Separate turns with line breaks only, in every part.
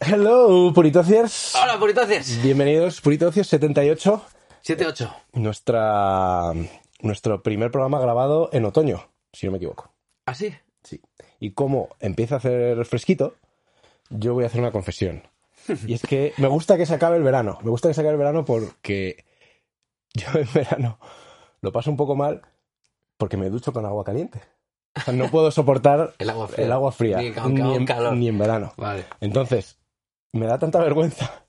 Hello, puritociers.
Hola, puritocias.
Bienvenidos, puritocios 78.
7-8.
Nuestra, nuestro primer programa grabado en otoño, si no me equivoco.
¿Así?
Sí. Y como empieza a hacer fresquito, yo voy a hacer una confesión. Y es que me gusta que se acabe el verano. Me gusta que se acabe el verano porque yo en verano lo paso un poco mal porque me ducho con agua caliente. O sea, no puedo soportar
El agua fría.
el agua fría
Ni, aunque haga
ni
un
en,
calor.
ni en verano.
Vale.
Entonces, me da tanta vergüenza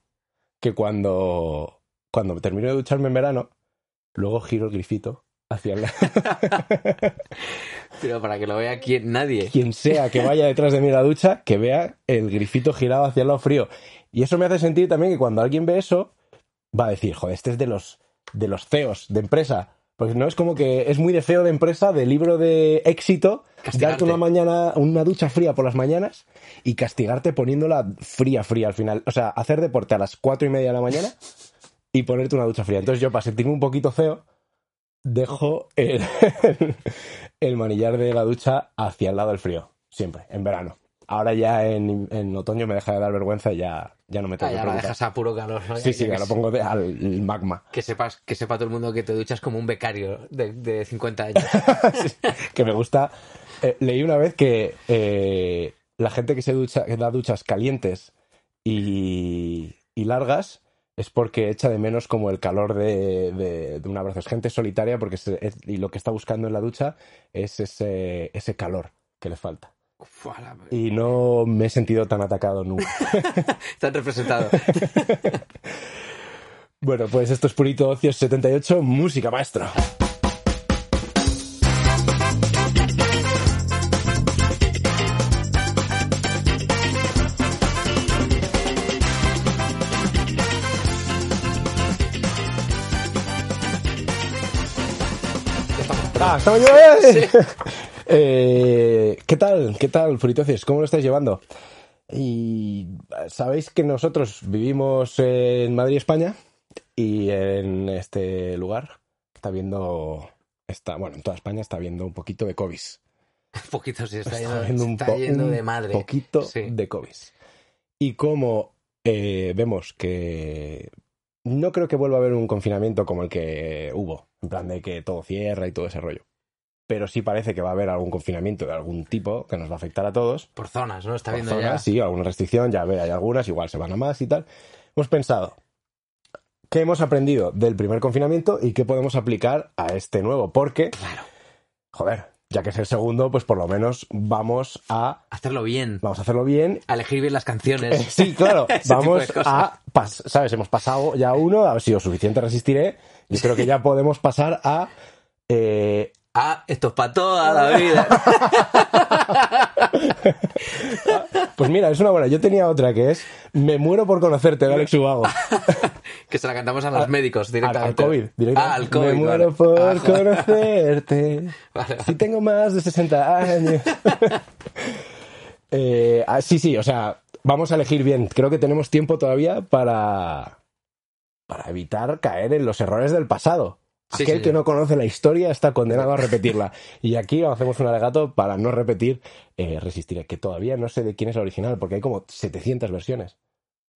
que cuando, cuando termino de ducharme en verano, luego giro el grifito hacia el-
Pero para que lo vea aquí nadie.
quien sea que vaya detrás de mí a la ducha, que vea el grifito girado hacia el lado frío. Y eso me hace sentir también que cuando alguien ve eso, va a decir, joder, este es de los, de los CEOs, de empresa. Porque no es como que es muy de CEO de empresa, de libro de éxito,
Castigarte.
darte una mañana, una ducha fría por las mañanas y castigarte poniéndola fría, fría al final. O sea, hacer deporte a las cuatro y media de la mañana y ponerte una ducha fría. Entonces yo, para sentirme un poquito feo, dejo el, el manillar de la ducha hacia el lado del frío. Siempre, en verano. Ahora ya en, en otoño me deja de dar vergüenza y ya, ya no me tengo
Ah,
que
ya la
preocupar.
dejas a puro calor. ¿no?
Sí,
Ya
sí,
que,
ya lo pongo de- al el magma.
que sepas, que sepa todo el mundo que te duchas como un becario de, de 50 años.
que me gusta. Eh, leí una vez que eh, la gente que se ducha, que da duchas calientes y, y largas es porque echa de menos como el calor de, de- de un abrazo. Es gente solitaria porque se- es- y lo que está buscando en la ducha es ese, ese calor que le falta.
Uf, a la-
Y no me he sentido tan atacado nunca.
Estás representado.
bueno, pues esto es Purito Ocios 78, música maestro. Ah, estamos ya. Eh, ¿Qué tal? ¿Qué tal, Furitoces? ¿Cómo lo estáis llevando? Y eh, sabéis que nosotros vivimos en Madrid, España, y en este lugar está viendo. Está, bueno, en toda España está viendo un poquito de COVID.
Un poquito se está,
Está
yendo,
viendo
se
un,
está
po-
yendo
un
de madre.
poquito
Sí.
de COVID. Y como eh, vemos que no creo que vuelva a haber un confinamiento como el que hubo, en plan de que todo cierra y todo ese rollo. Pero sí parece que va a haber algún confinamiento de algún tipo que nos va a afectar a todos.
Por zonas, ¿no? Está
Por
viendo
zonas,
ya.
sí, alguna restricción, ya ve, hay algunas, igual se van a más y tal. Hemos pensado, ¿qué hemos aprendido del primer confinamiento y qué podemos aplicar a este nuevo? Porque,
Claro.
joder, ya que es el segundo, pues por lo menos vamos a
Hacerlo bien.
vamos a hacerlo bien.
A elegir bien las
Eh,
canciones.
Sí, claro,
Ese
vamos
tipo de cosas.
a, pas- ¿sabes? Hemos pasado ya uno, ha sido suficiente, resistiré. Yo creo que ya podemos pasar a... eh,
Ah, esto es para toda la vida.
pues mira, es una buena. Yo tenía otra que es Me muero por conocerte de Alex Ubago.
Que se la cantamos a los médicos
Al,
directamente.
al COVID. directamente.
Ah, al COVID.
Me
vale.
muero
Ah,
por
joder.
conocerte.
Vale.
Si tengo más de 60 años. Eh, ah, sí, sí, o sea, vamos a elegir bien. Creo que tenemos tiempo todavía para, para evitar caer en los errores del pasado.
Sí,
Aquel
señor.
que no conoce la historia está condenado a repetirla. Y aquí hacemos un alegato para no repetir eh, Resistiré, que todavía no sé de quién es la original, porque hay como 700 versiones.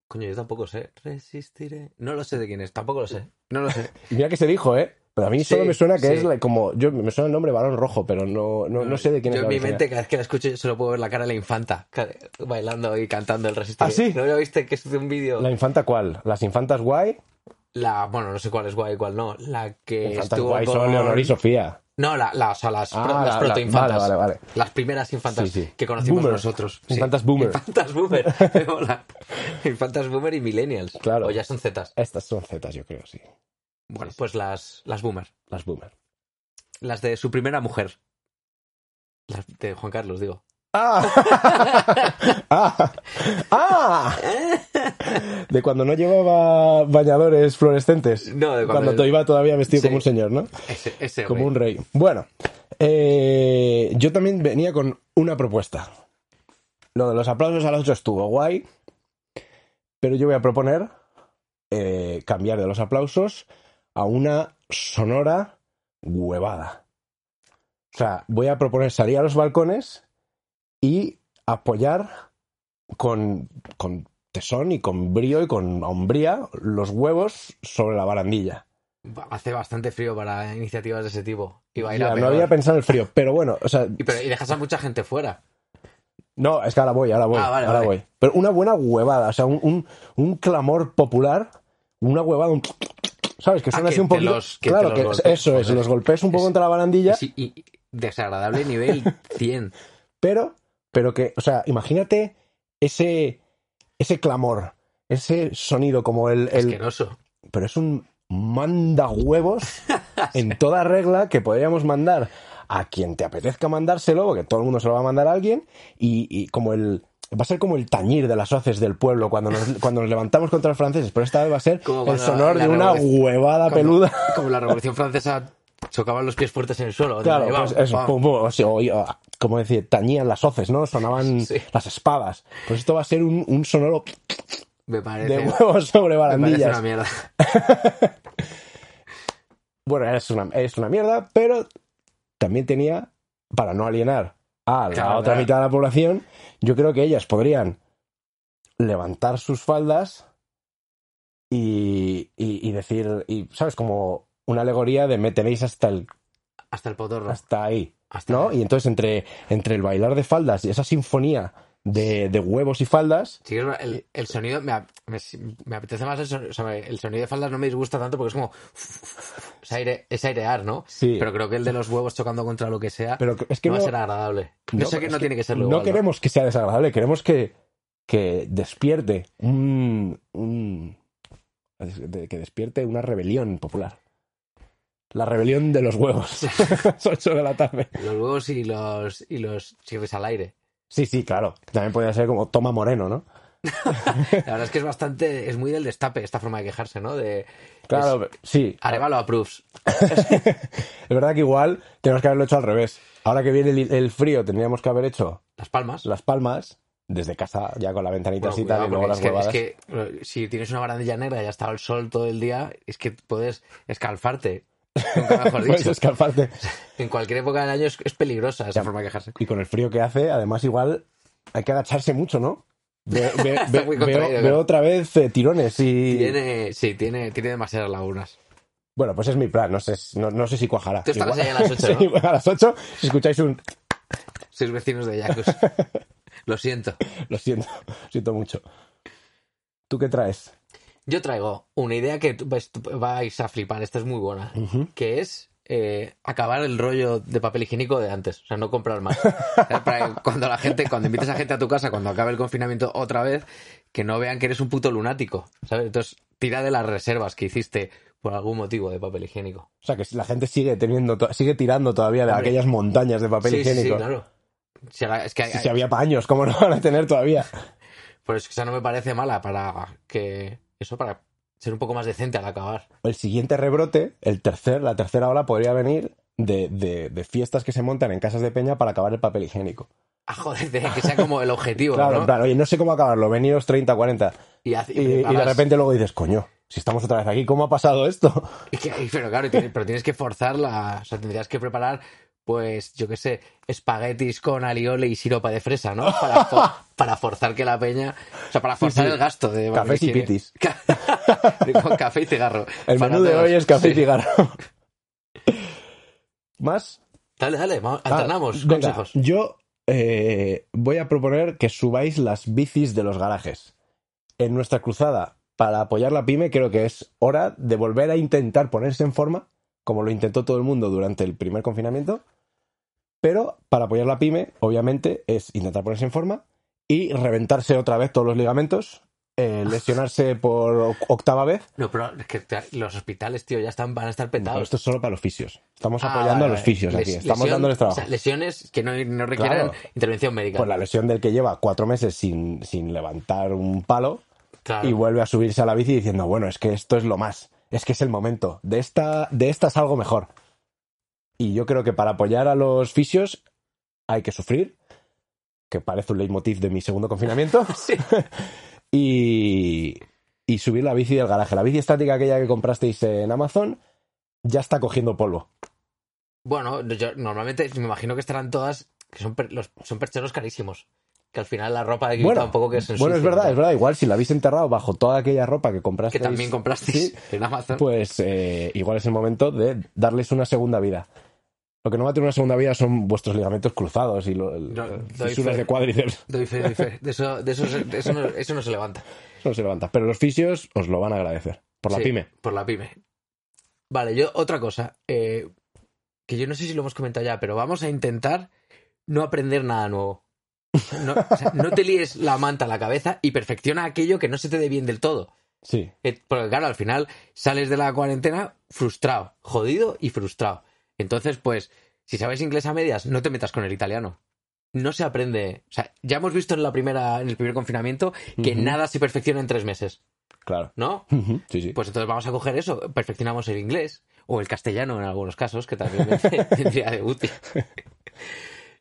Coño, yo tampoco sé. Resistiré. No lo sé de quién es, tampoco lo sé. No lo sé.
Y Mira que se dijo, ¿eh? Pero a mí
Sí,
solo me suena que
sí.
es la- como. Yo, me suena el nombre Barón Rojo, pero no, no, no sé de quién
yo
es la
en mi
original.
mente, cada vez que la escucho, yo solo puedo ver la cara de la infanta ca- bailando y cantando el resistiré.
¿Ah, sí?
¿No lo viste que es de un vídeo?
¿La
La...
infanta cuál? ¿Las infantas guay?
Bueno, no sé cuál es guay y cuál no. La que
infantas
estuvo
guay son
con-
Leonor y Sofía.
No, la, la- o sea, las,
Ah,
pro- las
la- la-
protoinfantas.
vale, vale, vale.
Las primeras infantas
Sí, sí.
que conocimos
Boomer.
nosotros.
Infantas boomer.
Infantas boomer. Me mola. Infantas boomer y millennials.
Claro.
O ya son zetas.
Estas son zetas, yo creo, sí.
Bueno, pues las, las boomer.
Las boomer.
Las de su primera mujer. Las de Juan Carlos, digo.
¡Ah! ¡Ah! ¡Ah! De cuando no llevaba bañadores fluorescentes.
No, de cuando-
cuando te iba todavía vestido
Sí.
como un señor, ¿no?
Ese, ese
Como
güey.
un rey. Bueno, eh, yo también venía con una propuesta. Lo de los aplausos a las 8 estuvo guay, pero yo voy a proponer eh, cambiar de los aplausos a una sonora huevada. O sea, voy a proponer salir a los balcones y apoyar con, con tesón y con brío y con hombría los huevos sobre la barandilla.
Hace bastante frío para iniciativas de ese tipo. Y va a ir
Ya,
a
no
peor.
había pensado en el frío, pero bueno, o sea,
y, pero- y dejas a mucha gente fuera.
No, es que ahora voy, ahora voy.
Ah, vale,
ahora
vale.
voy. Pero una buena huevada, o sea, un, un, un clamor popular, una huevada, un. ¿Sabes? Que suena
Ah,
así
que
un
te
poquito.
los- que te
claro,
los
que
golpees,
eso es,
joder.
los golpes un poco
Es-
contra la barandilla,
Sí, y, y desagradable nivel 100.
pero, pero que, o sea, imagínate ese, ese clamor, ese sonido como el. el-
Asqueroso.
Pero es un manda huevos en toda regla que podríamos mandar a quien te apetezca mandárselo, porque todo el mundo se lo va a mandar a alguien, y, y como el. Va a ser como el tañir de las hoces del pueblo cuando nos, cuando nos levantamos contra los franceses, pero esta vez va a ser
Como
el
cuando
sonor
la
de una
revolución-
huevada
Como-
peluda.
Como la Revolución Francesa chocaban los pies fuertes en el suelo.
Claro,
Dale,
pues
vamos,
eso,
vamos.
pum, pum, o sea, oí- o- como decir, tañían las hoces, ¿no? Sonaban
Sí.
las espadas. Pues esto va a ser un, un sonoro
Me parece,
de huevos sobre
me parece una
barandillas.
mierda.
Bueno, es una, es una mierda, pero también tenía, para no alienar a la
Claro,
otra
claro.
mitad de la población, yo creo que ellas podrían levantar sus faldas y, y- y decir, y, ¿sabes? Como una alegoría de me tenéis hasta, el,
Hasta el potorro.
hasta ahí,
Hasta
¿no? Y entonces entre, entre el bailar de faldas y esa sinfonía de, de huevos y faldas,
Sí, es verdad, el, el sonido me, ap- me, me apetece más el sonido, o sea, el sonido de faldas no me disgusta tanto porque es como es, aire, es airear, ¿no?
Sí.
Pero creo que el de los huevos chocando contra lo que sea
pero es que
no,
no,
va a ser agradable. Yo
No,
sé que
es
no
que
tiene que ser
no
igual,
queremos que sea desagradable, queremos que, que despierte un, un- de- que despierte una rebelión popular. La rebelión de los huevos. Las 8 de la tarde.
Los huevos y los y los chifres al aire.
Sí, sí, claro. También podría ser como Toma Moreno, ¿no?
La verdad es que es bastante es muy del destape esta forma de quejarse, ¿no? De
Claro, sí.
Arevalo approves.
Es verdad que igual tenemos que haberlo hecho al revés. Ahora que viene el, el frío, tendríamos que haber hecho
Las palmas.
las palmas desde casa, ya con la ventanita
Bueno,
así
cuidado,
tal, y luego
porque
las
es, que, es
huevadas.
que, eh, si tienes una barandilla negra y ha estado el sol todo el día, es que puedes escalfarte. Nunca mejor
Puedes
dicho.
escaparte.
En cualquier época del año es, es peligrosa esa forma de quejarse.
Y con el frío que hace, además, igual hay que agacharse mucho, ¿no? Ve- ve- ve-
muy
veo,
contraído,
veo
claro.
otra vez eh, tirones y.
Tiene, sí, tiene, tiene demasiadas lagunas.
Bueno, pues es mi plan, no sé, si- no, no sé si cuajará.
Tú estarás
Igual-
ahí a las ocho,
Sí,
¿no?
igual a las 8, si escucháis un.
Sois vecinos de Yacus. Lo siento.
Lo siento, lo siento mucho. ¿Tú qué traes?
Yo traigo una idea que tú- vais, tú- vais a flipar. Esta es muy buena. Que es eh, acabar el rollo de papel higiénico de antes. O sea, no comprar más. O sea, para que cuando la gente, cuando invites a gente a tu casa, cuando acabe el confinamiento otra vez, que no vean que eres un puto lunático. ¿Sabes? Entonces, tira de las reservas que hiciste por algún motivo de papel higiénico.
O sea, que la gente sigue teniendo, to- sigue tirando todavía de
Hombre.
aquellas montañas de papel
sí, sí,
higiénico.
sí, claro. Si ahora- es que hay-
Si, si había paños, ¿cómo no van a tener todavía?
Pero es que esa no me parece mala para que. Eso, para ser un poco más decente al acabar.
el siguiente rebrote, el tercer, la tercera ola podría venir de, de- de fiestas que se montan en casas de peña para acabar el papel higiénico.
Ah, joder, de que sea como el objetivo,
Claro,
¿no?
en plan, oye, no sé cómo acabarlo, venidos 30, 40.
Y, hace-
Y, y de
preparas-
repente luego dices, coño, si estamos otra vez aquí, ¿cómo ha pasado esto?
y que- y- pero claro, y tienes- pero tienes que forzar la. O sea, tendrías que preparar, pues, yo qué sé, espaguetis con alioli y siropa de fresa, ¿no? Para, fo- para forzar que la peña. O sea, para forzar
sí.
el gasto de.
Cafés y
higiene.
pitis.
Ca- con café y cigarro.
El
Para
menú de
todos.
hoy es café y
Sí.
cigarro. Más.
Dale, dale, vamos,
Ah,
alternamos
venga,
consejos.
Yo eh, voy a proponer que subáis las bicis de los garajes. En nuestra cruzada para apoyar la pyme, creo que es hora de volver a intentar ponerse en forma, como lo intentó todo el mundo durante el primer confinamiento. Pero para apoyar la pyme, obviamente, es intentar ponerse en forma y reventarse otra vez todos los ligamentos
Ah.
eh, lesionarse por octava vez.
No, pero es que te- los hospitales, tío, ya están, van a estar
No,
petados.
esto es solo para los fisios. Estamos
Ah,
apoyando
vale,
a los
vale.
fisios
Les-
aquí. Estamos
lesión-
dándoles trabajo.
o sea, lesiones que no, no requieren
Claro.
intervención médica.
Por la lesión del que lleva cuatro meses sin, sin levantar un palo
Claro.
y vuelve a subirse a la bici diciendo, bueno, es que esto es lo más, es que es el momento, de esta, de esta es algo mejor. Y yo creo que para apoyar a los fisios hay que sufrir, que parece un leitmotiv de mi segundo confinamiento,
Sí.
y, y subir la bici del garaje. La bici estática aquella que comprasteis en Amazon ya está cogiendo polvo.
Bueno, yo normalmente me imagino que estarán todas, que son, per- los, son percheros carísimos. Que al final la ropa de equipo
Bueno,
tampoco que se
bueno, es
ensucia,
verdad,
¿no?
es verdad. Igual si la habéis enterrado bajo toda aquella ropa que
Que
comprasteis
también comprasteis
Sí.
en Amazon.
pues eh, igual es el momento de darles una segunda vida. Lo que no va a tener una segunda vida son vuestros ligamentos cruzados y lo- el- eh,
No, doy
fisuras
fe.
de cuádriceps.
Doy fe, doy fe. De eso, de eso, se- de eso, no, eso no se levanta.
No se levanta. Pero los fisios os lo van a agradecer. Por la
Sí,
pyme.
Por la pyme. Vale, yo otra cosa, eh, que yo no sé si lo hemos comentado ya, pero vamos a intentar no aprender nada nuevo. No, o sea, no te líes la manta a la cabeza y perfecciona aquello que no se te dé bien del todo.
Sí.
Eh, Porque claro, al final sales de la cuarentena frustrado, jodido y frustrado. Entonces, pues, si sabes inglés a medias, no te metas con el italiano. No se aprende. O sea, ya hemos visto en la primera, en el primer confinamiento que
Ujú.
nada se perfecciona en tres meses,
Claro.
¿no?
Ujú, Sí, sí.
Pues entonces vamos a coger eso, perfeccionamos el inglés o el castellano en algunos casos, que también me tendría de útil.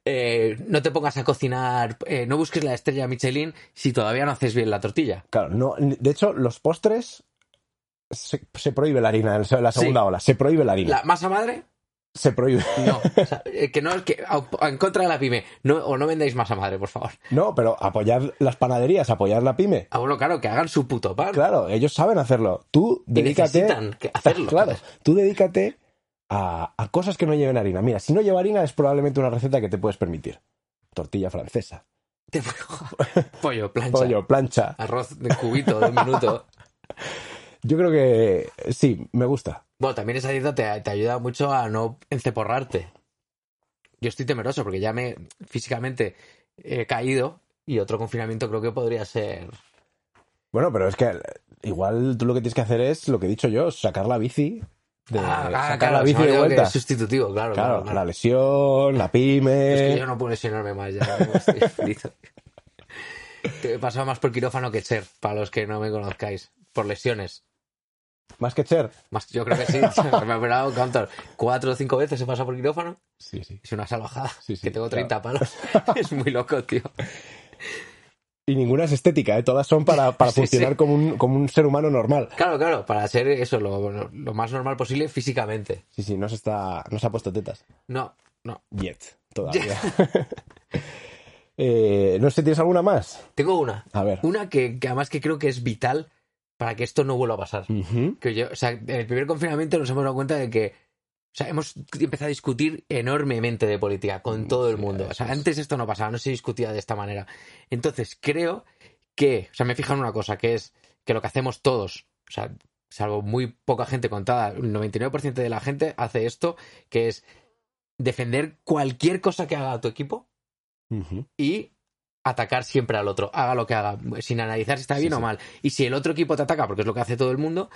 Eh, no te pongas a cocinar, eh, no busques la estrella Michelin si todavía no haces bien la tortilla.
Claro. No, de hecho, los postres se, se prohíbe la harina en la segunda
Sí.
ola. Se prohíbe la harina.
La masa madre,
Se prohíbe.
no. O sea, eh, que no, que, a- a- en contra de la pyme, no, o no vendáis masa madre, por favor.
No, pero apoyar las panaderías, apoyar la pyme.
Ah, bueno, claro, que hagan su puto pan.
Claro, ellos saben hacerlo. Tú
y
dedícate.
necesitan que hacerlo.
Claro, tú dedícate a, a cosas que no lleven harina. Mira, si no lleva harina es probablemente una receta que te puedes permitir. Tortilla francesa,
Te- pollo, plancha,
pollo, plancha.
arroz de cubito de un minuto.
Yo creo que sí, me gusta.
Bueno, también esa dieta te, te ayuda mucho a no enceporrarte. Yo estoy temeroso porque ya me físicamente he caído y otro confinamiento creo que podría ser.
Bueno, pero es que eh, igual tú lo que tienes que hacer es lo que he dicho yo, sacar la bici. De,
Ah,
sacar la
se
bici
me ha
de
olvidado que
vuelta.
es sustitutivo, claro.
Claro,
claro,
la
claro.
lesión, la pyme.
Es que yo no puedo lesionarme más ya. no estoy frito. Te He pasado más por quirófano que ser, para los que no me conozcáis, por lesiones.
Más que Cher.
Más, yo creo que sí, me he operado ¿cuántas? cuatro o cinco veces he pasado por quirófano.
Sí, sí.
Es una salvajada,
Sí, sí,
que tengo
claro.
30 palos. Es muy loco, tío.
Y ninguna es estética, ¿eh? todas son para, para
Sí, sí.
funcionar Como, un, como un ser humano normal.
Claro, claro, para ser eso, lo, lo- lo más normal posible físicamente.
Sí, sí, no se, está, no se ha puesto tetas.
No, no.
Yet, todavía. Eh, no sé, ¿tienes alguna más?
Tengo una.
A ver.
Una que, que además que creo que es vital para que esto no vuelva a
Mm.
pasar.
Ujú.
Que yo, o sea, en el primer confinamiento nos hemos dado cuenta de que o sea, hemos empezado a discutir enormemente de política con todo el mundo. O sea, antes esto no pasaba, no se discutía de esta manera. Entonces, creo que, o sea, me he fijado en una cosa, que es que lo que hacemos todos, o sea, salvo muy poca gente contada, el 99% de la gente hace esto, que es defender cualquier cosa que haga tu equipo
Ujú.
y atacar siempre al otro, haga lo que haga, sin analizar si está bien
Sí,
o
sí.
mal. Y si el otro equipo te ataca, porque es lo que hace todo el mundo,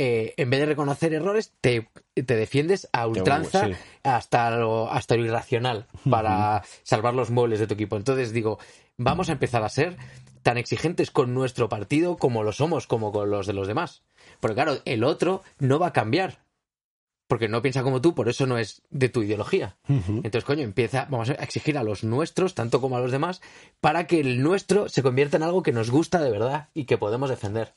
eh, en vez de reconocer errores, te, te defiendes a ultranza
sí.
hasta, lo, hasta lo irracional para salvar los muebles de tu equipo. Entonces digo, vamos a empezar a ser tan exigentes con nuestro partido como lo somos, como con los de los demás. Porque claro, el otro no va a cambiar. Porque no piensa como tú, por eso no es de tu ideología.
Ujú.
Entonces, coño, empieza, vamos a exigir a los nuestros, tanto como a los demás, para que el nuestro se convierta en algo que nos gusta de verdad y que podemos defender.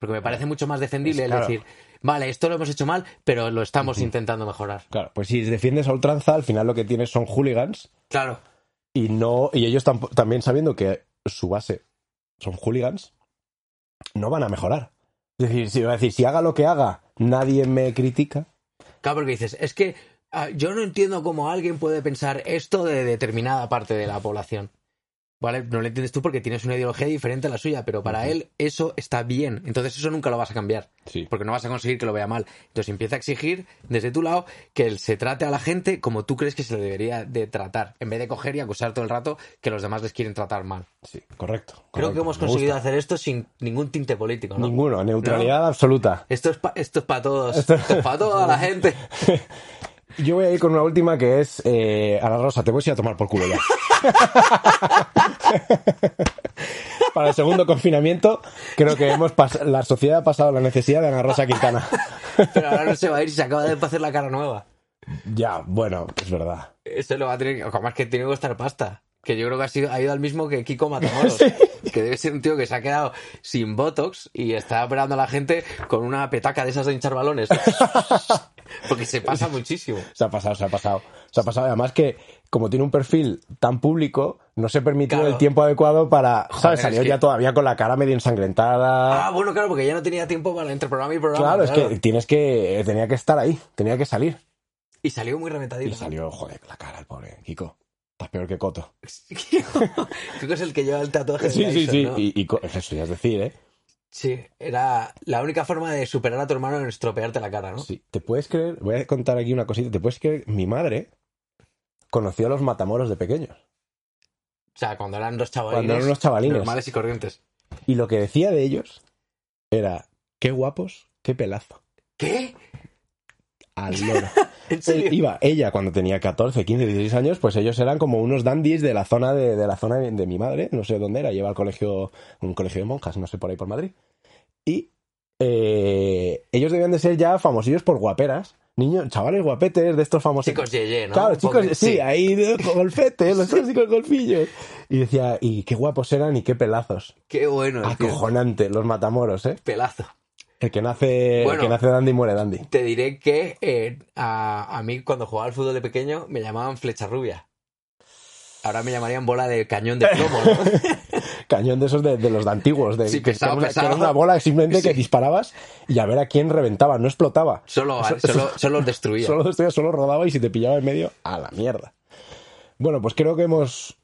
Porque me parece mucho más defendible
Es
el
claro.
decir, vale, esto lo hemos hecho mal, pero lo estamos intentando mejorar.
Claro, pues si defiendes a ultranza, al final lo que tienes son hooligans
Claro.
y no y ellos tampo- también sabiendo que su base son hooligans, no van a mejorar. Es decir, si, es decir, si haga lo que haga, nadie me critica.
Claro, porque dices, es que ah, yo no entiendo cómo alguien puede pensar esto de determinada parte de la población. ¿vale? No lo entiendes tú porque tienes una ideología diferente a la suya, pero para él eso está bien. Entonces eso nunca lo vas a cambiar.
Sí.
Porque no vas a conseguir que lo vea mal. Entonces empieza a exigir desde tu lado que él se trate a la gente como tú crees que se le debería de tratar, en vez de coger y acusar todo el rato que los demás les quieren tratar mal.
Sí, correcto.
Creo que
correcto,
hemos
me
conseguido
gusta.
hacer esto sin ningún tinte político, ¿no?
Ninguno, neutralidad absoluta.
Esto es, pa- esto es para todos, esto es para toda la gente.
Yo voy a ir con una última que es eh, a la rosa, te voy a ir a tomar por culo ya. Para el segundo confinamiento, creo que hemos pas- la sociedad ha pasado la necesidad de Ana Rosa Quintana.
Pero ahora no se va a ir y se acaba de hacer la cara nueva.
ya, bueno, es verdad.
Eso lo va a tener que... Como es que tiene que costar pasta. Que yo creo que ha, sido, ha ido al mismo que Kiko Matamoros. Que debe ser un tío que se ha quedado sin Botox y está operando a la gente con una petaca de esas de hinchar balones. Porque se pasa muchísimo.
Se ha pasado, se ha pasado. Se ha pasado. Además que, como tiene un perfil tan público, no se permitió
Claro.
el tiempo adecuado para...
Joder,
¿Sabes? Salió
es que-
ya todavía con la cara medio ensangrentada.
Ah, bueno, claro, porque ya no tenía tiempo para entre programa y programa.
claro, es que tienes que... Tenía que estar ahí, tenía que salir.
Y salió muy
Y
remetadito.
salió, joder, la cara, el pobre Kiko. Estás peor que Coto.
Creo que es el que lleva el tatuaje. de
Sí, sí,
Dyson,
sí.
Pues ¿no?
Y, y co- eso ya es decir, ¿eh?
Sí, era la única forma de superar a tu hermano en estropearte la cara, ¿no?
Sí. ¿Te puedes creer? Voy a contar aquí una cosita. ¿Te puedes creer? Mi madre conoció a los matamoros de pequeños.
O sea, cuando eran dos chavalines.
Cuando eran unos chavalines.
Normales y corrientes.
Y lo que decía de ellos era: qué guapos, qué pelazo.
¿Qué?
Al loro.
¿En serio?
Él Iba ella cuando tenía 14, 15, 16 años, pues ellos eran como unos dandies de la zona de, de la zona de, de mi madre, no sé dónde era, lleva al colegio, un colegio de monjas, no sé por ahí por Madrid. Y eh, ellos debían de ser ya famosillos por guaperas, niños, chavales guapetes de estos famosos.
Chicos Yeye, ¿no?
Claro,
Un poco-
chicos, sí, ahí de golfetes, los clásicos golfillos. Y decía, y qué guapos eran y qué pelazos.
Qué bueno,
Ah,
tío.
Acojonante, los matamoros, ¿eh?
Pelazo.
El que nace, el
Bueno.
que nace dandy muere dandy.
Te diré que eh, a, a mí cuando jugaba al fútbol de pequeño me llamaban flecha rubia. Ahora me llamarían bola de cañón de plomo, ¿no?
cañón de esos de, de los de antiguos, de,
Sí,
que,
pesado,
que era una, que
pesado.
era una bola simplemente que disparabas y a ver a quién reventaba, no explotaba.
Solo, solo, solo los destruía.
Solo, solo rodaba y si te pillaba en medio, a la mierda. Bueno, pues creo que hemos.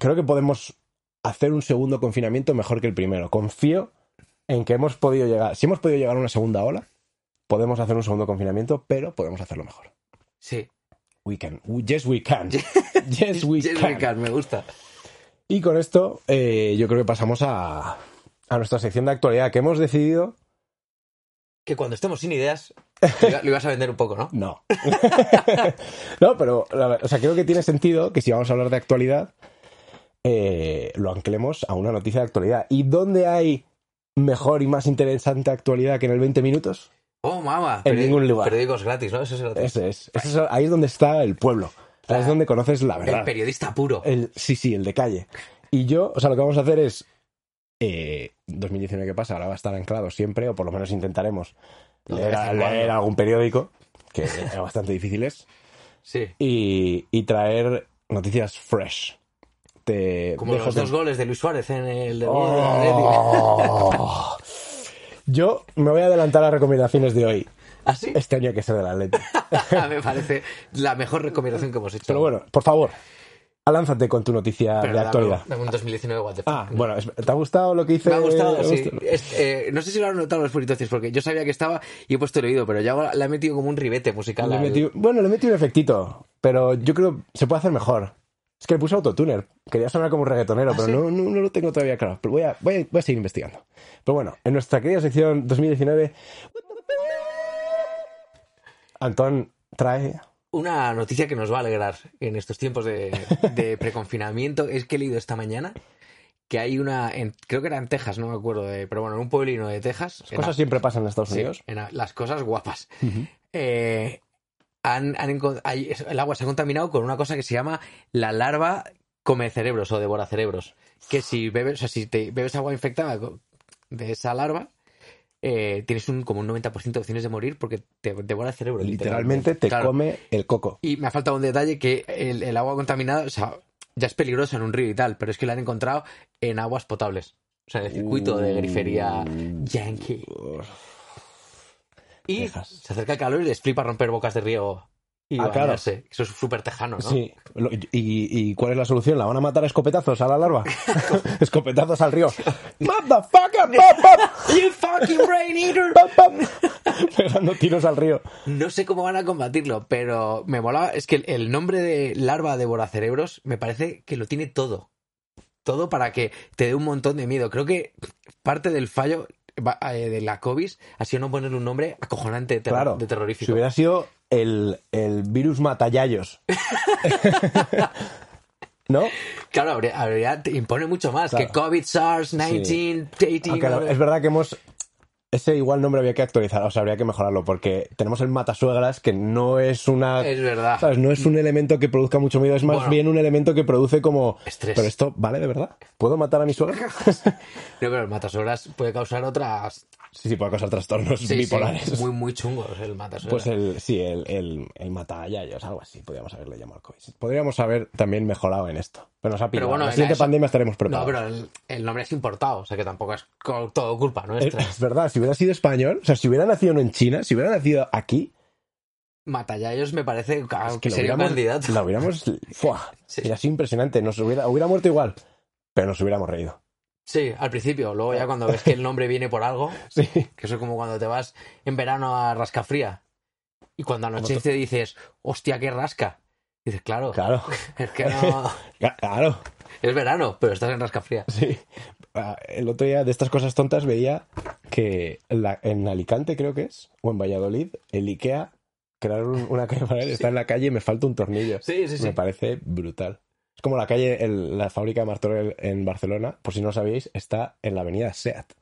Creo que podemos hacer un segundo confinamiento mejor que el primero. Confío en que hemos podido llegar. Si hemos podido llegar a una segunda ola, podemos hacer un segundo confinamiento, pero podemos hacerlo mejor.
Sí.
We can. We- yes, we can. Yes, we
James
can.
Ricard, me gusta.
Y con esto eh, yo creo que pasamos a, a nuestra sección de actualidad que hemos decidido...
Que cuando estemos sin ideas, lo iba- lo ibas a vender un poco, ¿no?
No. no, pero la ver- o sea, creo que tiene sentido que si vamos a hablar de actualidad, eh, lo anclemos a una noticia de actualidad. ¿Y dónde hay mejor y más interesante actualidad que en el 20 minutos?
Oh, mamá.
En ningún lugar.
Periódicos gratis, ¿no? Eso es gratis.
Ese es. ese es- ahí es donde está el pueblo. Ahí es donde conoces la
El
verdad. Eh,
periodista puro.
El, sí, sí, el de calle. Y yo, o sea, lo que vamos a hacer es. Eh, 2019 que pasa, ahora va a estar anclado siempre, o por lo menos intentaremos
Lo de
leer,
vez en
leer
cuando.
algún periódico, que es bastante difícil es,
Sí.
y, y traer noticias fresh. Te
Como
dejo
los
que-
dos goles de Luis Suárez en el de
¡Oh! Yo me voy a adelantar a recomendaciones de hoy.
¿Así?
Este año hay que ser de la
Me parece la mejor recomendación que hemos hecho.
Pero bueno, por favor, alánzate con tu noticia
Pero
de
dame-
actualidad.
dame un 2019 what the fuck.
Ah, bueno, es- ¿te ha gustado lo que hice?
Me ha gustado,
¿Te
sí.
gustó?
Es- eh, no sé si lo han notado los puritocios, porque yo sabía que estaba y he puesto el oído, pero ya ahora le he metido como un ribete musical.
Le
al-
metí- bueno, le metí un efectito, pero yo creo que se puede hacer mejor. Es que le puse autotuner. Quería sonar como reggaetonero, pero no, no, no lo tengo todavía claro. Pero voy a, voy, a, voy a seguir investigando. Pero bueno, en nuestra querida sección 2019... Antón trae...
Una noticia que nos va a alegrar en estos tiempos de, de preconfinamiento es que he leído esta mañana que hay una, en- creo que era en Texas, no me acuerdo, de, pero bueno, en un pueblino de Texas. en
Cosas siempre pasan en Estados
Sí,
Unidos.
en a- las cosas guapas. Eh, han- han encon- hay- es- el agua se ha contaminado con una cosa que se llama la larva come cerebros o devora cerebros. Que si bebes, o sea, si te bebes agua infectada co- de esa larva, eh, tienes un, como un 90% de opciones de morir porque te devora el cerebro.
Literalmente te
Claro.
come el coco.
Y me ha faltado un detalle que el, el agua contaminada, o sea, ya es peligroso en un río y tal, pero es que la han encontrado en aguas potables. O sea, en el circuito de grifería
Mm.
yankee. Y
Texas.
se acerca el calor y les flipa romper bocas de riego y
Ah, claro.
bañarse. Eso es súper tejano, ¿no?
Sí. Lo- y, y cuál es la solución? ¿La van a matar a escopetazos a la larva? escopetazos al río. ¡Motherfucker! ¡Pop, pop!
You fucking brain eater.
¡Pop, pop! Pegando tiros al río.
No sé cómo van a combatirlo, pero me molaba. Es que el, el nombre de larva devoracerebros me parece que lo tiene todo. Todo para que te dé un montón de miedo. Creo que parte del fallo va- eh, de la COVID ha sido no ponerle un nombre acojonante de, terro-
Claro.
de terrorífico.
Si hubiera sido el, el virus matayayos. ¿No?
Claro, habría, habría- te impone mucho más
Claro.
que COVID, SARS, 19, 18.
Aunque la- es verdad que hemos. Ese igual nombre había que actualizar, o sea, habría que mejorarlo, porque tenemos el matasuegras, que no es una.
Es verdad.
¿sabes? No es un elemento que produzca mucho miedo, es más
Bueno.
bien un elemento que produce como.
Estrés.
Pero esto, ¿vale de verdad? ¿Puedo matar a mi suegra?
No, pero el matasobras puede causar otras.
sí, sí, puede causar trastornos
sí, sí,
bipolares.
muy, muy chungos el matasobras.
Pues el, sí, el, el, el matayayos, algo así, podríamos haberle llamado al COVID. Podríamos haber también mejorado en esto. Pero nos ha pillado.
Pero bueno,
la
era
siguiente
eso.
pandemia estaremos
No,
preparados.
pero el, el nombre es importado, o sea que tampoco es co- todo culpa
Es,
nuestra.
Eh, es verdad, si hubiera sido español, o sea, si hubiera nacido no en China, si hubiera nacido aquí,
Matallaios me parece que,
es que lo
sería un
hubiéramos,
candidato.
lo hubiéramos, ¡fua!
Sí.
Era así impresionante, nos hubiera, hubiera muerto igual, pero nos hubiéramos reído.
Sí, al principio, luego ya cuando ves que el nombre viene por algo,
Sí,
que eso es como cuando te vas en verano a Rascafría y cuando anochece dices, hostia, qué rasca. Y dices, claro,
claro,
es que no.
claro,
Es verano, pero estás en Rascafría.
sí. Ah, El otro día de estas cosas tontas veía que la- en Alicante creo que es, o en Valladolid, el IKEA crearon una calle para él, está en la calle y me falta un tornillo.
Sí, sí, sí.
Me parece brutal. Es como la calle, el- la fábrica de Martorell en Barcelona, por si no lo sabíais, está en la avenida Seat.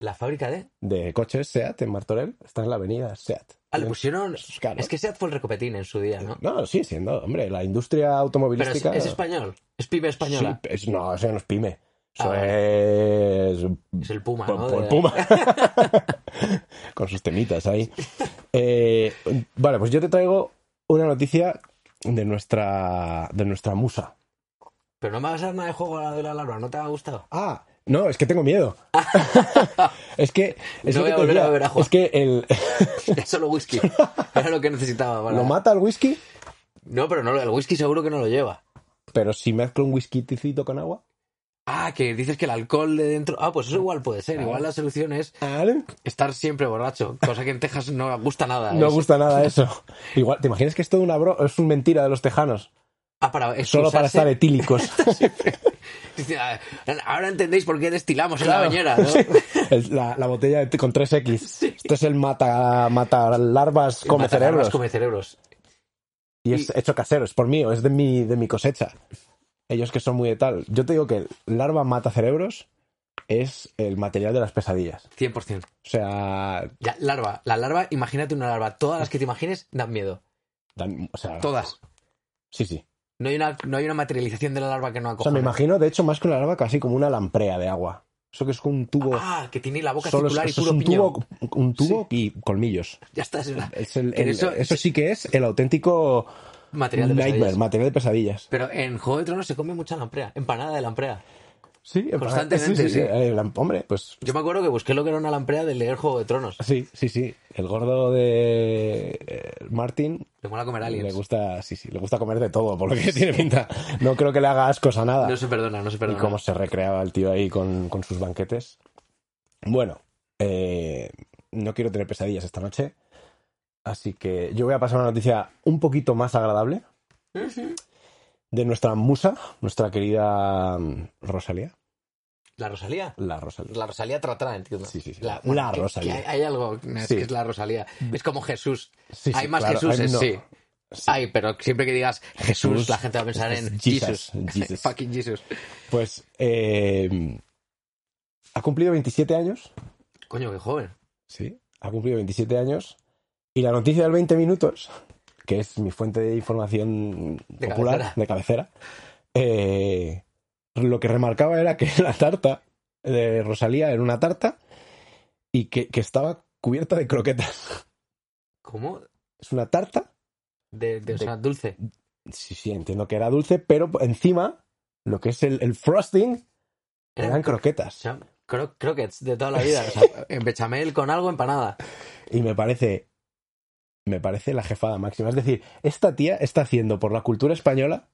La fábrica de.
de coches SEAT en Martorell está en la avenida SEAT.
Ah, le pusieron.
Claro.
Es que Seat fue el recopetín en su día, ¿no?
No, sigue siendo, hombre, la industria
Pero es,
automovilística...
es español, es pibe española.
Sí, es- no, eso no es pyme. Eso
Ah,
es...
Es el Puma,
Por,
¿no?
por
De-
Puma. Con sus temitas ahí. Eh, vale, pues yo te traigo una noticia de nuestra, de nuestra musa.
Pero no me vas a dar nada de juego a la de la larva, ¿no te ha gustado?
Ah, no, es que tengo miedo. es que... Es
No voy
lo que te
a volver a
decía,
beber agua.
Es que el,
Era solo whisky. Era lo que necesitaba. para-
lo mata el whisky,
No, pero no, el whisky seguro que no lo lleva.
pero si mezclo un whiskycito con agua...
Ah, que dices que el alcohol de dentro. Ah, pues eso igual puede ser.
Claro.
Igual la solución es
¿Vale?
estar siempre borracho. Cosa que en Texas no gusta nada.
No
Es-
gusta nada eso. Igual, ¿te imaginas que es todo una bro es una mentira de los tejanos?
Ah, para
Solo para estar
excusarse.
etílicos.
Dice, ah, Ahora entendéis por qué destilamos en la
Claro.
bañera, ¿no?
Sí. El- la, la botella de- con 3X. Esto es el mata, mata larvas come
Matacarras
cerebros.
Come cerebros.
Y es hecho casero, es por mí, es de mi, de mi cosecha. Ellos que son muy de tal. Yo te digo que larva mata cerebros es el material de las pesadillas.
100%.
O sea,
Ya, larva. La larva, imagínate una larva. Todas las que te imagines dan miedo.
dan- o sea
Todas.
sí, sí.
No hay una, no hay una materialización de la larva que
O
no
sea, me
acojone.
imagino, de hecho, más que una larva, casi como una lamprea de agua. Eso que es como un tubo.
Ah, que tiene la boca
Solo es-
circular
eso es
y puro
un
piñón.
tubo, un tubo y colmillos.
Ya está, es la-
Es el-
Que
el-
eso-
eso, sí que es el auténtico
material de
nightmare,
pesadillas.
material de pesadillas.
Pero en Juego de Tronos se come mucha lamprea. Empanada de lamprea.
Sí, en plan-
Constantemente, sí.
eh, la- hombre, pues
Yo me acuerdo que busqué lo que era una lamprea de leer Juego de Tronos.
sí, sí, sí. El gordo de eh, Martin
Le mola comer
le
aliens.
gusta, sí, sí, le gusta comer de todo, por lo que tiene pinta. No creo que le haga ascos a nada.
No se perdona, no se
y
perdona.
cómo se recreaba el tío ahí con, con sus banquetes. Bueno, eh, no quiero tener pesadillas esta noche. Así que yo voy a pasar a una noticia un poquito más agradable de nuestra musa, nuestra querida mm, Rosalía.
¿La Rosalía?
La Rosalía.
La Rosalía tratará, entiendo.
Sí, sí, sí.
La,
La
que-
Rosalía.
que hay, hay algo es
Sí. Mm.
que es la Rosalía. Es como Jesús.
Sí, sí,
hay más
claro,
Jesús,
hay- no.
sí. Hay, pero siempre que digas Jesús,
Jesús,
la gente va a pensar
es-
en
es Jesus,
Jesus.
Jesus.
Fucking Jesus.
Pues eh, ha cumplido 27 años.
Coño, qué joven.
Sí. Ha cumplido 27 años. Y la noticia del 20 minutos, que es mi fuente de información
De
popular,
cabecera.
de cabecera, eh, lo que remarcaba era que la tarta de Rosalía era una tarta y que, que estaba cubierta de croquetas.
¿Cómo?
Es una tarta.
De, de, o
De-
sea, dulce.
Sí, sí, entiendo que era dulce, pero encima lo que es el, el frosting eran
O
croquetas.
sea, cro- croquets de toda la vida. O sea, en bechamel con algo empanada.
Y me parece me parece la jefada máxima. Es decir, esta tía está haciendo por la cultura española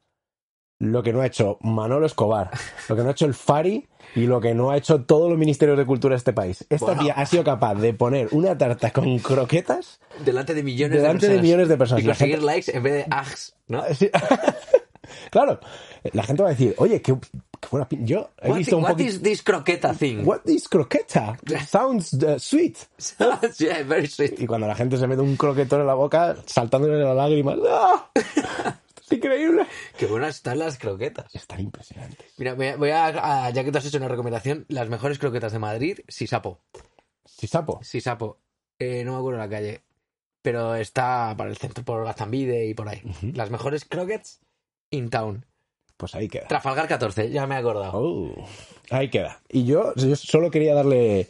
lo que no ha hecho Manolo Escobar, lo que no ha hecho el Fari y lo que no ha hecho todos los ministerios de cultura de este país. Esta
Bueno.
tía ha sido capaz de poner una tarta con croquetas
Delante de millones
delante
de
de
personas.
millones de personas.
Y
La gente-
conseguir likes en vez de ags, ¿no?
Sí. claro, la gente va a decir, oye, qué, qué buena pin-". Yo he
What,
visto un
what
poquito...
is this croqueta thing?
What is croqueta? Sounds uh, sweet.
yeah, very sweet.
Y cuando la gente se mete un croquetón en la boca, saltándole las lágrimas. ¡Ah! Esto es increíble.
Qué buenas están las croquetas.
Están impresionantes.
Mira, voy a, voy a- a- ya que te has hecho una recomendación, las mejores croquetas de Madrid, sí sapo.
Sí, sapo.
Sí sapo. Eh, no me acuerdo la calle, pero está para el centro, por Gazambide y por ahí. Las mejores croquetas in town.
Pues ahí queda.
Trafalgar 14, ya me he acordado.
Oh, ahí queda. Y yo, yo solo quería darle.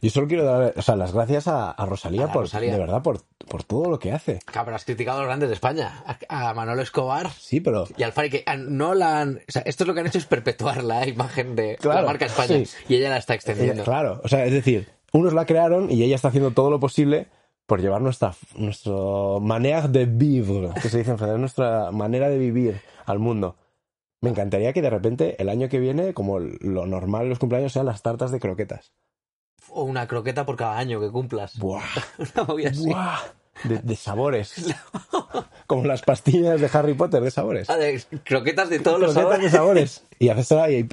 Yo solo quiero dar o sea, las gracias a, a Rosalía
A la
por
Rosalía.
de verdad por, por todo lo que hace.
Claro, pero has criticado a los grandes de España. A, a Manolo Escobar
Sí, pero
y al Fari, que ah, no la han... O sea, esto lo que han hecho es perpetuar la imagen de
Claro,
la marca España.
sí.
Y ella la está
ella-
extendiendo.
Eh, claro, o sea, es decir, unos la crearon y ella está haciendo todo lo posible por llevar nuestra nuestro manera de vivre, que se dice en francés, nuestra manera de vivir al mundo. Me encantaría que de repente el año que viene, como lo normal en los cumpleaños, sean las tartas de croquetas.
O una croqueta por cada año que cumplas.
Buah.
Una movida así.
¡Buah! De, de sabores. Como las pastillas de Harry Potter de sabores.
Ah, de croquetas de todos los
Croquetas
sabores.
de sabores. Y, hacerla- y,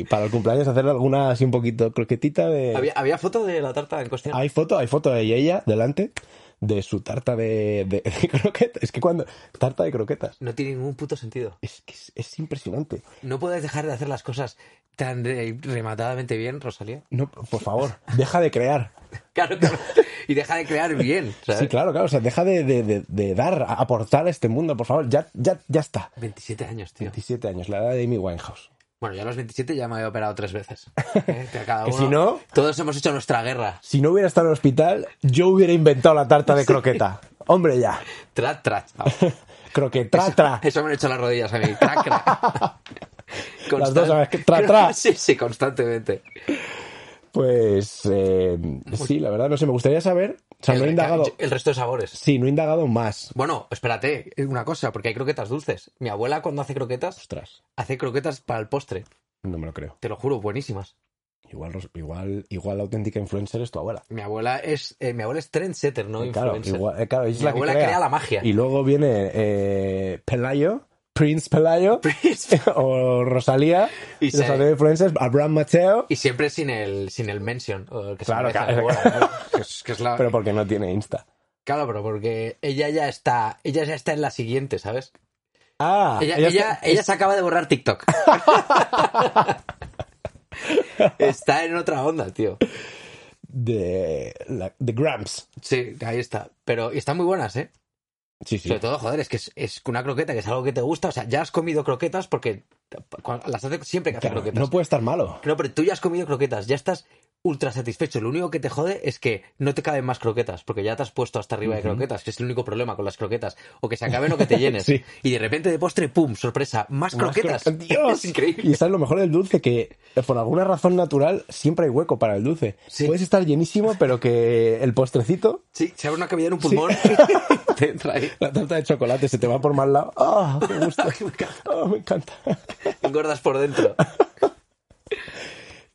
y para el cumpleaños hacer alguna así un poquito croquetita de... Ah.
Había, había foto de la tarta en cuestión.
Hay foto, hay foto de ella delante de su tarta de, de, de croquetas. Es que cuando... Tarta de croquetas.
No tiene ningún puto sentido.
Es que es, es impresionante.
No puedes dejar de hacer las cosas tan eh, rematadamente bien, Rosalía.
No, por favor, deja de crear.
Claro, claro. Y deja de crear bien, ¿sabes?
Sí, claro, claro. O sea, deja de, de- de- de dar, a- aportar a este mundo, por favor. Ya, ya, ya está.
27 años, tío.
17 años, la edad de Amy Winehouse.
Bueno, yo a los 27 ya me he operado tres veces. Eh, que a cada
Que
uno-
si no-
Todos hemos hecho nuestra guerra.
Si no hubiera estado en el hospital, yo hubiera inventado la tarta de croqueta. Hombre, ya.
Tra, tra. tra.
Croquetratra.
Eso me lo he hecho a las rodillas a mí. Cra, cra.
Las dos a la vez, que tra, tra.
Sí, sí, constantemente.
Pues eh, sí, la verdad, no sé, me gustaría saber. O sea, no he
el,
indagado.
el resto de sabores.
Sí, no he indagado más.
Bueno, espérate, una cosa, porque hay croquetas dulces. Mi abuela cuando hace croquetas,
Ostras,
hace croquetas para el postre.
no me lo creo.
Te lo juro, buenísimas.
Igual, Ros- igual, igual la auténtica influencer es tu abuela.
Mi abuela es, eh, mi abuela es trendsetter, no
Claro,
influencer.
igual- eh, claro, es
Mi
la que
abuela
crea.
crea la magia.
Y luego viene eh, Pelayo, Prince Pelayo, o Rosalía,
Y se-
Rosalía de Influencers, Abraham Mateo,
Y siempre sin el, sin el mention. o el que se
Claro,
merece
claro.
la abuela, claro. Que es- que es la-
pero porque no tiene Insta.
Claro, pero porque ella ya está, ella ya está en la siguiente, ¿sabes?
Ah,
Ella,
ella-
ella- ella se acaba de borrar TikTok. está en otra onda, tío.
de, la- de Gramps.
Sí, ahí está. Pero y están muy buenas, ¿eh?
Sí, sí.
Sobre todo, joder, es que es, es una croqueta que es algo que te gusta. O sea, ya has comido croquetas porque cua- las hace siempre que hace
Claro,
croquetas.
no puede estar malo.
No, pero tú ya has comido croquetas, ya estás ultra satisfecho. Lo único que te jode es que no te caben más croquetas, porque ya te has puesto hasta arriba de croquetas, que es el único problema con las croquetas. O que se acaben o que te llenes.
Sí.
Y de repente de postre, ¡pum! Sorpresa, más croquetas.
Más croquetas. Dios.
Es increíble.
Y sabes lo mejor del dulce que eh, por alguna razón natural siempre hay hueco para el dulce.
Sí.
Puedes estar llenísimo, pero que el postrecito,
Sí, se abre una cavidad en un pulmón. te entra ahí.
la tarta de chocolate se te va por mal lado. ¡Ah, qué gusto!
Me encanta.
¡Ah, me encanta!
Engordas por dentro.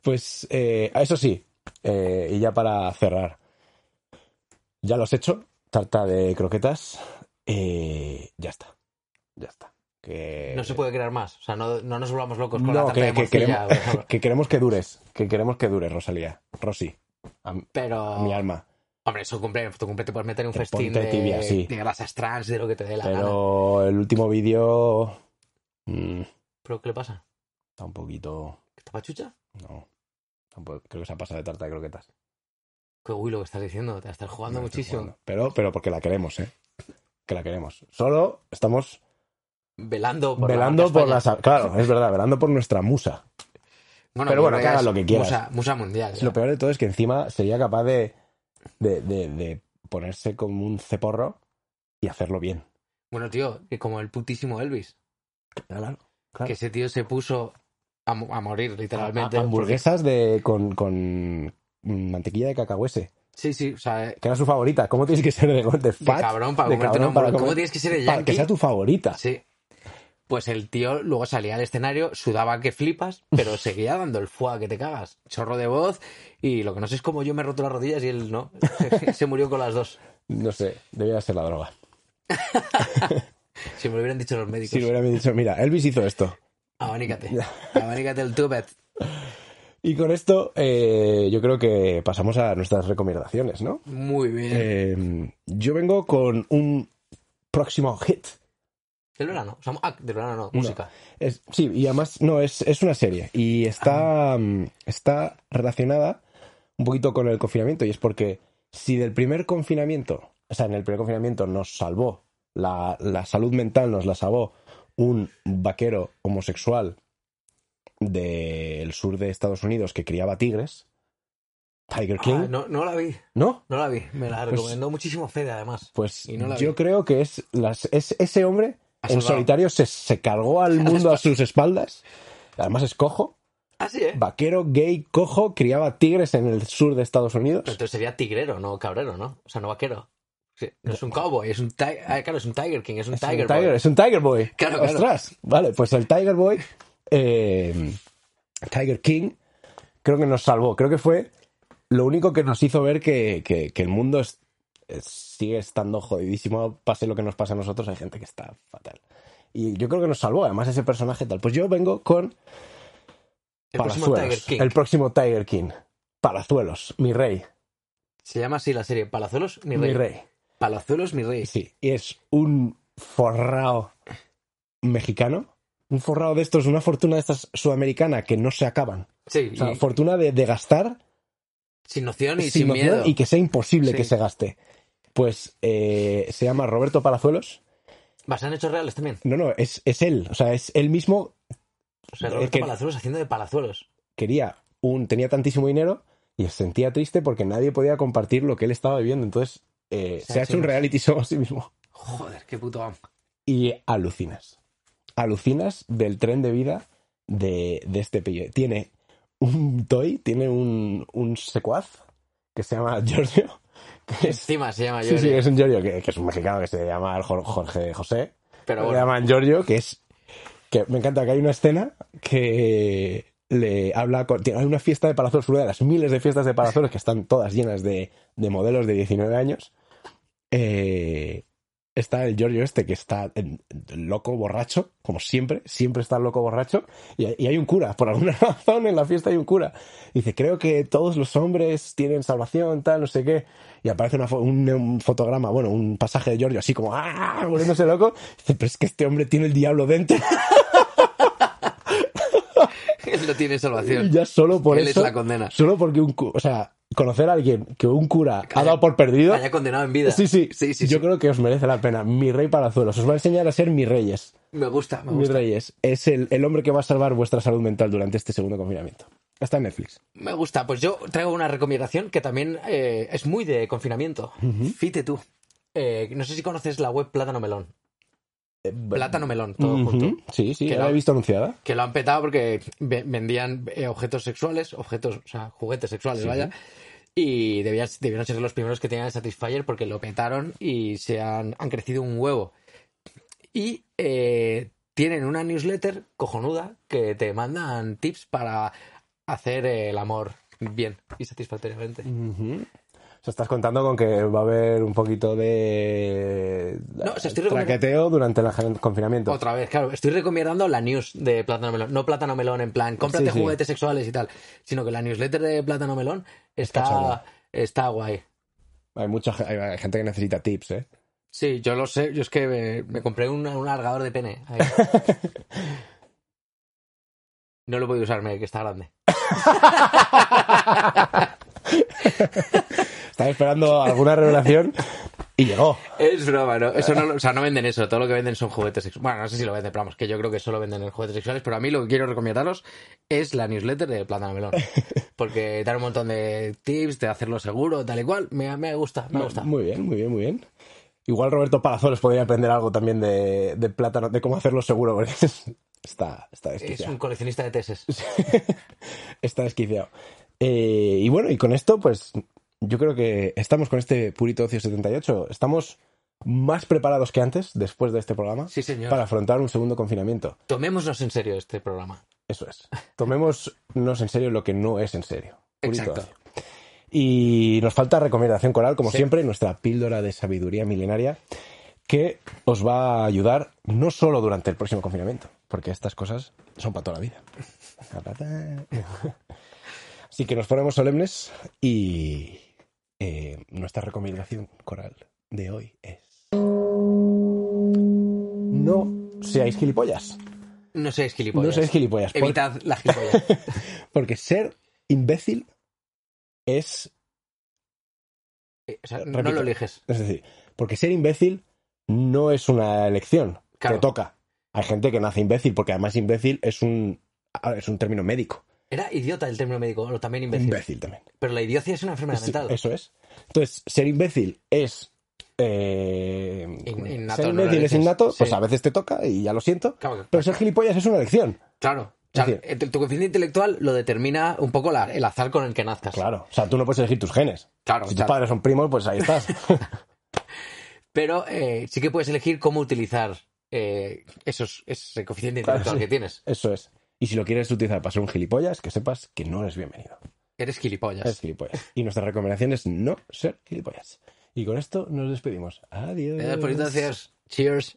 Pues eh, eso sí, eh, y ya para cerrar, ya lo has hecho, tarta de croquetas, eh, ya está, ya está. Que...
No se puede crear más. O sea, no, no nos volvamos locos con la
No,
tarta
que,
de
que
morcilla,
queremos,
por ejemplo.
que queremos que dures, que queremos que dures, Rosalía, Rosy, a, m- a mi
Pero,
alma.
hombre, eso cumple, tu cumple te puedes meter en un
Te
festín
ponte
de,
tibia, sí.
de grasas trans, de lo que te dé la gana.
Pero el último vídeo mm,
¿Pero qué le pasa?
está un poquito,
¿Que ¿Está pachucha?
no, tampoco- creo que se ha pasado de tarta de croquetas.
Que uy, lo que estás diciendo, te la estás jugando
este No, estoy
muchísimo.
jugando. Pero, pero porque la queremos, ¿eh? Que la queremos. Solo estamos
Velando por
velando
la
por
las
las claro es verdad velando por nuestra musa Pero bueno, que hagas lo que quieras.
Musa, musa mundial. ¿eh? ya.
lo peor de todo es que encima sería capaz de de, de- de ponerse como un ceporro y hacerlo bien
Bueno, tío, que como el putísimo Elvis.
claro, claro.
Que ese tío se puso a,
Ah,
mo- a morir, literalmente.
hamburguesas de con, con mantequilla de cacahuese
Sí, sí, o sea, eh,
Que era su favorita. ¿Cómo tienes que ser de, de fat?
cabrón para
de
comerte
cabrón
un
para
hamburguesa. ¿Cómo
comer-
tienes que ser de
Para que
yankee?
sea tu favorita.
Sí. Pues el tío luego salía al escenario, sudaba que flipas, pero seguía dando el fuego que te cagas. Chorro de voz y lo que no sé es cómo yo me he roto las rodillas y él no. Se murió con las dos.
No sé, debía ser la droga.
Si me lo hubieran dicho los médicos.
Si lo hubiera dicho, mira, Elvis hizo esto.
Abanícate. Abanícate el tubet.
Y con esto, eh, yo creo que pasamos a nuestras recomendaciones, ¿no?
Muy bien.
Eh, yo vengo con un próximo hit.
Del verano. O sea, ah, del verano no, música.
Es- sí, y además, no, es, es una serie. Y
Ah.
está, mm, está relacionada un poquito con el confinamiento. Y es porque si del primer confinamiento, o sea, en el primer confinamiento nos salvó, la, la salud mental nos la salvó un vaquero homosexual del sur de Estados Unidos que criaba tigres, Tiger King.
Ah, no, no la vi,
¿No?
no la vi. Me la
Pues-
recomendó muchísimo Fede, además.
Pues
Y no la
yo
vi.
creo que es, las, es ese hombre
Ha
en
salvado.
solitario se, se cargó al mundo a sus espaldas. Además es cojo,
Ah, sí, ¿eh?
vaquero, gay, cojo, criaba tigres en el sur de Estados Unidos.
Pero entonces sería tigrero, no cabrero, ¿no? O sea, no vaquero. Sí, no es un cowboy, es un tiger. claro, es un Tiger King, es un
Es un
Tiger.
tiger,
Boy.
es un Tiger Boy.
Claro, claro.
Ostras, vale, pues el Tiger Boy, eh, Tiger King, creo que nos salvó. Creo que fue lo único que nos hizo ver que, que- que el mundo es- es- sigue estando jodidísimo. Pase lo que nos pase a nosotros, hay gente que está fatal. Y yo creo que nos salvó, además, ese personaje tal. Pues yo vengo con
El próximo Tiger
Palazuelos,
King.
el próximo Tiger King. Palazuelos, mi rey,
Se llama así la serie. Palazuelos, mi
mi
rey.
rey.
Palazuelos, mi rey.
Sí, y es un forrao mexicano. Un forrao de estos, una fortuna de estas sudamericana que no se acaban.
Sí,
O sea,
y-
fortuna de, de gastar
sin noción y sin,
sin noción
miedo.
y que sea imposible
Sí.
que se gaste. Pues eh, se llama Roberto Palazuelos.
Basada en hechos reales también.
No, no, es, es él. O sea, es él mismo
O sea,
Es
Roberto
que-
Palazuelos haciendo de Palazuelos.
quería un, tenía tantísimo dinero y se sentía triste porque nadie podía compartir lo que él estaba viviendo. Entonces eh,
Se
se
ha
ha hecho un
hecho-
reality show a sí mismo.
Joder, qué puto amo.
y alucinas. Alucinas del tren de vida de, de este pillo. Tiene un toy, tiene un, un secuaz que se llama Giorgio. Que es,
Encima se llama yo.
sí, sí, es un Giorgio que, que es un mexicano que se llama Jor- Jorge José.
Pero
Le
bueno,
llaman Giorgio, que es. que Me encanta que hay una escena que le habla. Con, tiene- hay una fiesta de Palazuelos, una de las miles de fiestas de Palazuelos que están todas llenas de, de modelos de 19 años. Eh, está el Giorgio este que está en- en loco borracho, como siempre, siempre está loco borracho. Y, hay- y hay un cura, por alguna razón en la fiesta hay un cura. Dice, creo que todos los hombres tienen salvación, tal, no sé qué. Y aparece una fo- un, un fotograma, bueno, un pasaje de Giorgio así como, ¡ah! volviéndose loco. Dice, pero es que este hombre tiene el diablo dentro.
él no tiene
Y
salvación.
ya solo por
Él es
eso.
la condena.
Solo porque un cu- o sea, conocer a alguien que un cura
Que
ha
haya-
dado por perdido.
Haya condenado en vida.
Sí, sí,
sí, sí,
Yo
sí.
creo que os merece la pena. Mi rey Palazuelos. Os va a enseñar a ser mis reyes.
Me gusta, me
Mis
gusta.
reyes. Es el, el hombre que va a salvar vuestra salud mental durante este segundo confinamiento. Está en Netflix.
Me gusta. Pues yo traigo una recomendación que también eh, es muy de confinamiento. Fite tú. Eh, no sé si conoces la web Plátano Melón. Plátano Melón, todo
Ujú.
junto.
Sí, sí,
Que
ya
no-
la he visto anunciada.
Que lo han petado porque ve- vendían eh, objetos sexuales, objetos, o sea, juguetes sexuales, vaya. Y debían, debieron ser los primeros que tenían el Satisfyer porque lo petaron y se han, han crecido un huevo. Y eh, tienen una newsletter cojonuda que te mandan tips para hacer eh, el amor bien y satisfactoriamente.
Ujú. O sea, estás contando con que va a haber un poquito de
No, o sea, estoy
traqueteo durante el ja- confinamiento.
Otra vez, claro, estoy recomendando la news de Plátano Melón, no Plátano Melón en plan, cómprate
Sí, sí.
juguetes sexuales y tal, sino que la newsletter de Plátano Melón está,
cachonda.
está guay.
Hay mucha ge- hay gente que necesita tips, ¿eh?
Sí, yo lo sé, yo es que me, me compré un, un alargador de pene. ahí. no lo voy a usarme, que está grande.
Estaba esperando alguna revelación y llegó.
Es broma, ¿no? Eso no, lo- o sea, no venden eso, todo lo que venden son juguetes sexuales. Bueno, no sé si lo venden, pero vamos, que yo creo que solo venden en juguetes sexuales, pero a mí lo que quiero recomendaros es la newsletter de Plátano Melón. Porque dan un montón de tips de hacerlo seguro, tal y cual. Me, me gusta, me gusta.
Muy bien, muy bien, muy bien. Igual Roberto Palazuelos podría aprender algo también de, de plátano, de cómo hacerlo seguro, porque está, está
Es
desquiciado.
un coleccionista de teses.
está desquiciado. Eh, y bueno, y con esto, pues yo creo que estamos con este Purito Ocio 78, estamos más preparados que antes, después de este programa,
Sí, señor.
para afrontar un segundo confinamiento.
Tomémonos en serio este programa.
Eso es. Tomémonos en serio lo que no es en serio. Purito
Exacto.
ocio. Y nos falta recomendación coral, como
Sí.
siempre, nuestra píldora de sabiduría milenaria, que os va a ayudar no solo durante el próximo confinamiento, porque estas cosas son para toda la vida. Así que nos ponemos solemnes y eh, nuestra recomendación coral de hoy es... No seáis gilipollas.
No seáis gilipollas.
No seáis gilipollas. por-
Evitad las gilipollas.
porque ser imbécil es.
Eh, o sea, no
Repito.
lo eliges.
Es decir, porque ser imbécil no es una elección.
Claro.
Te toca. Hay gente que nace imbécil, porque además imbécil es un. ah, Es un término médico.
Era idiota el término médico, o también imbécil.
Imbécil también.
Pero la idiocia es una enfermedad
Sí,
mental.
eso es. Entonces, ser imbécil es. eh,
In- innato,
ser
no lo
imbécil es
eliges.
innato, pues
Sí.
a veces te toca y ya lo siento.
Claro.
Pero ser gilipollas es una elección.
Claro. O sea,
Es
el- tu coeficiente intelectual lo determina un poco la- el azar con el que nazcas.
Claro. O sea, tú no puedes elegir tus genes.
Claro,
Si tus
claro.
padres son primos, pues ahí estás.
Pero eh, sí que puedes elegir cómo utilizar eh, esos, ese coeficiente
Claro,
intelectual
sí.
que tienes.
Eso es. Y si lo quieres utilizar para ser un gilipollas, que sepas que no eres bienvenido.
Eres gilipollas.
Eres gilipollas. Y nuestra recomendación es no ser gilipollas. Y con esto nos despedimos. Adiós.
Eh, pues entonces, cheers.